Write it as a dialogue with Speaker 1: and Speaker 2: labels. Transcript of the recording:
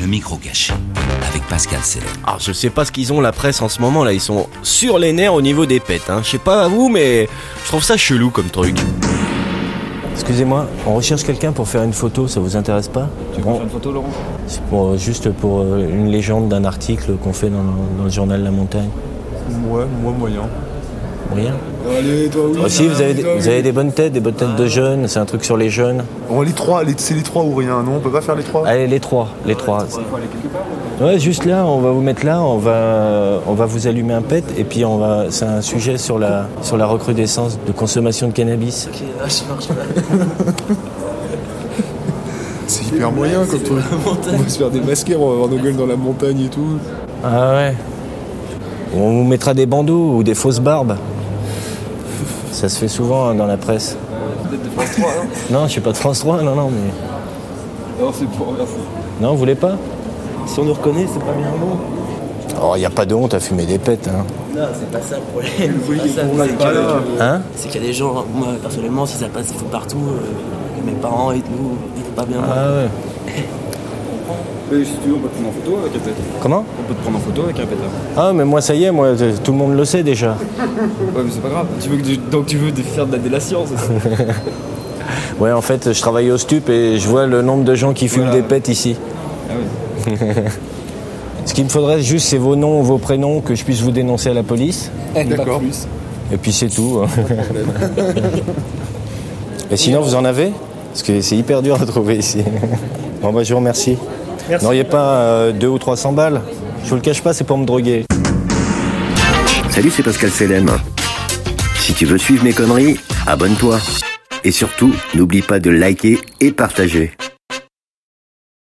Speaker 1: Le micro caché avec Pascal Sellet.
Speaker 2: Ah, je sais pas ce qu'ils ont la presse en ce moment là, ils sont sur les nerfs au niveau des pètes. Hein. Je sais pas à vous, mais je trouve ça chelou comme truc.
Speaker 3: Excusez-moi, on recherche quelqu'un pour faire une photo, ça vous intéresse pas
Speaker 4: Tu prends une photo, Laurent
Speaker 3: C'est pour, juste pour euh, une légende d'un article qu'on fait dans le, dans le journal La Montagne.
Speaker 4: Ouais, moi moyen.
Speaker 3: Rien
Speaker 4: Allez, toi oui.
Speaker 3: Oh, si, vous avez, vous avez des bonnes têtes, des bonnes
Speaker 4: Ah.
Speaker 3: têtes de jeunes, c'est un truc sur les jeunes.
Speaker 4: Oh, les trois, les- c'est les trois ou rien. Non, on peut pas faire les trois.
Speaker 3: Allez, les trois, les trois. Ouais, juste là, on va vous mettre là, on va, on va vous allumer un pet, et puis on va, c'est un sujet sur la, sur la recrudescence de consommation de cannabis.
Speaker 4: C'est hyper moyen comme truc. On va se faire démasquer, on va avoir nos gueules dans la montagne et tout.
Speaker 3: Ah ouais. On vous mettra des bandeaux ou des fausses barbes. Ça se fait souvent hein, dans la presse. Non, je suis pas de France 3, non, non, mais.
Speaker 4: Non, c'est pour rien.
Speaker 3: Non, vous voulez pas Si on nous reconnaît, c'est pas bien bon. Oh, y a pas de honte à fumer des pètes, hein.
Speaker 5: Non, c'est pas ça le problème. C'est pas ça, c'est que-
Speaker 3: Hein
Speaker 5: C'est qu'il y a des gens, moi personnellement, si ça passe fou partout, euh, mes parents et tout, ils sont pas bien.
Speaker 3: Ah ouais.
Speaker 6: Oui, si tu veux, on peut te prendre en photo avec un pète.
Speaker 3: Comment
Speaker 6: On peut te prendre en photo avec un pète là.
Speaker 3: Ah, mais moi, ça y est, moi, t- tout le monde le sait déjà.
Speaker 6: Ouais, mais c'est pas grave. Tu veux que tu- Donc tu veux de- faire de la délation, c'est ça
Speaker 3: Ouais, en fait, je travaille au stup et je vois le nombre de gens qui fument
Speaker 6: Voilà.
Speaker 3: des pètes ici.
Speaker 6: Ah oui.
Speaker 3: Ce qu'il me faudrait juste, c'est vos noms, vos prénoms, que je puisse vous dénoncer à la police.
Speaker 4: D'accord.
Speaker 3: Et puis c'est tout. hein. Et sinon, vous en avez Parce que c'est hyper dur à trouver ici. Bon, bah, je vous remercie. N'auriez pas euh, deux ou 300 balles Je vous le cache pas, c'est pour me droguer.
Speaker 7: Salut, c'est Pascal Selem. Si tu veux suivre mes conneries, abonne-toi. Et surtout, n'oublie pas de liker et partager.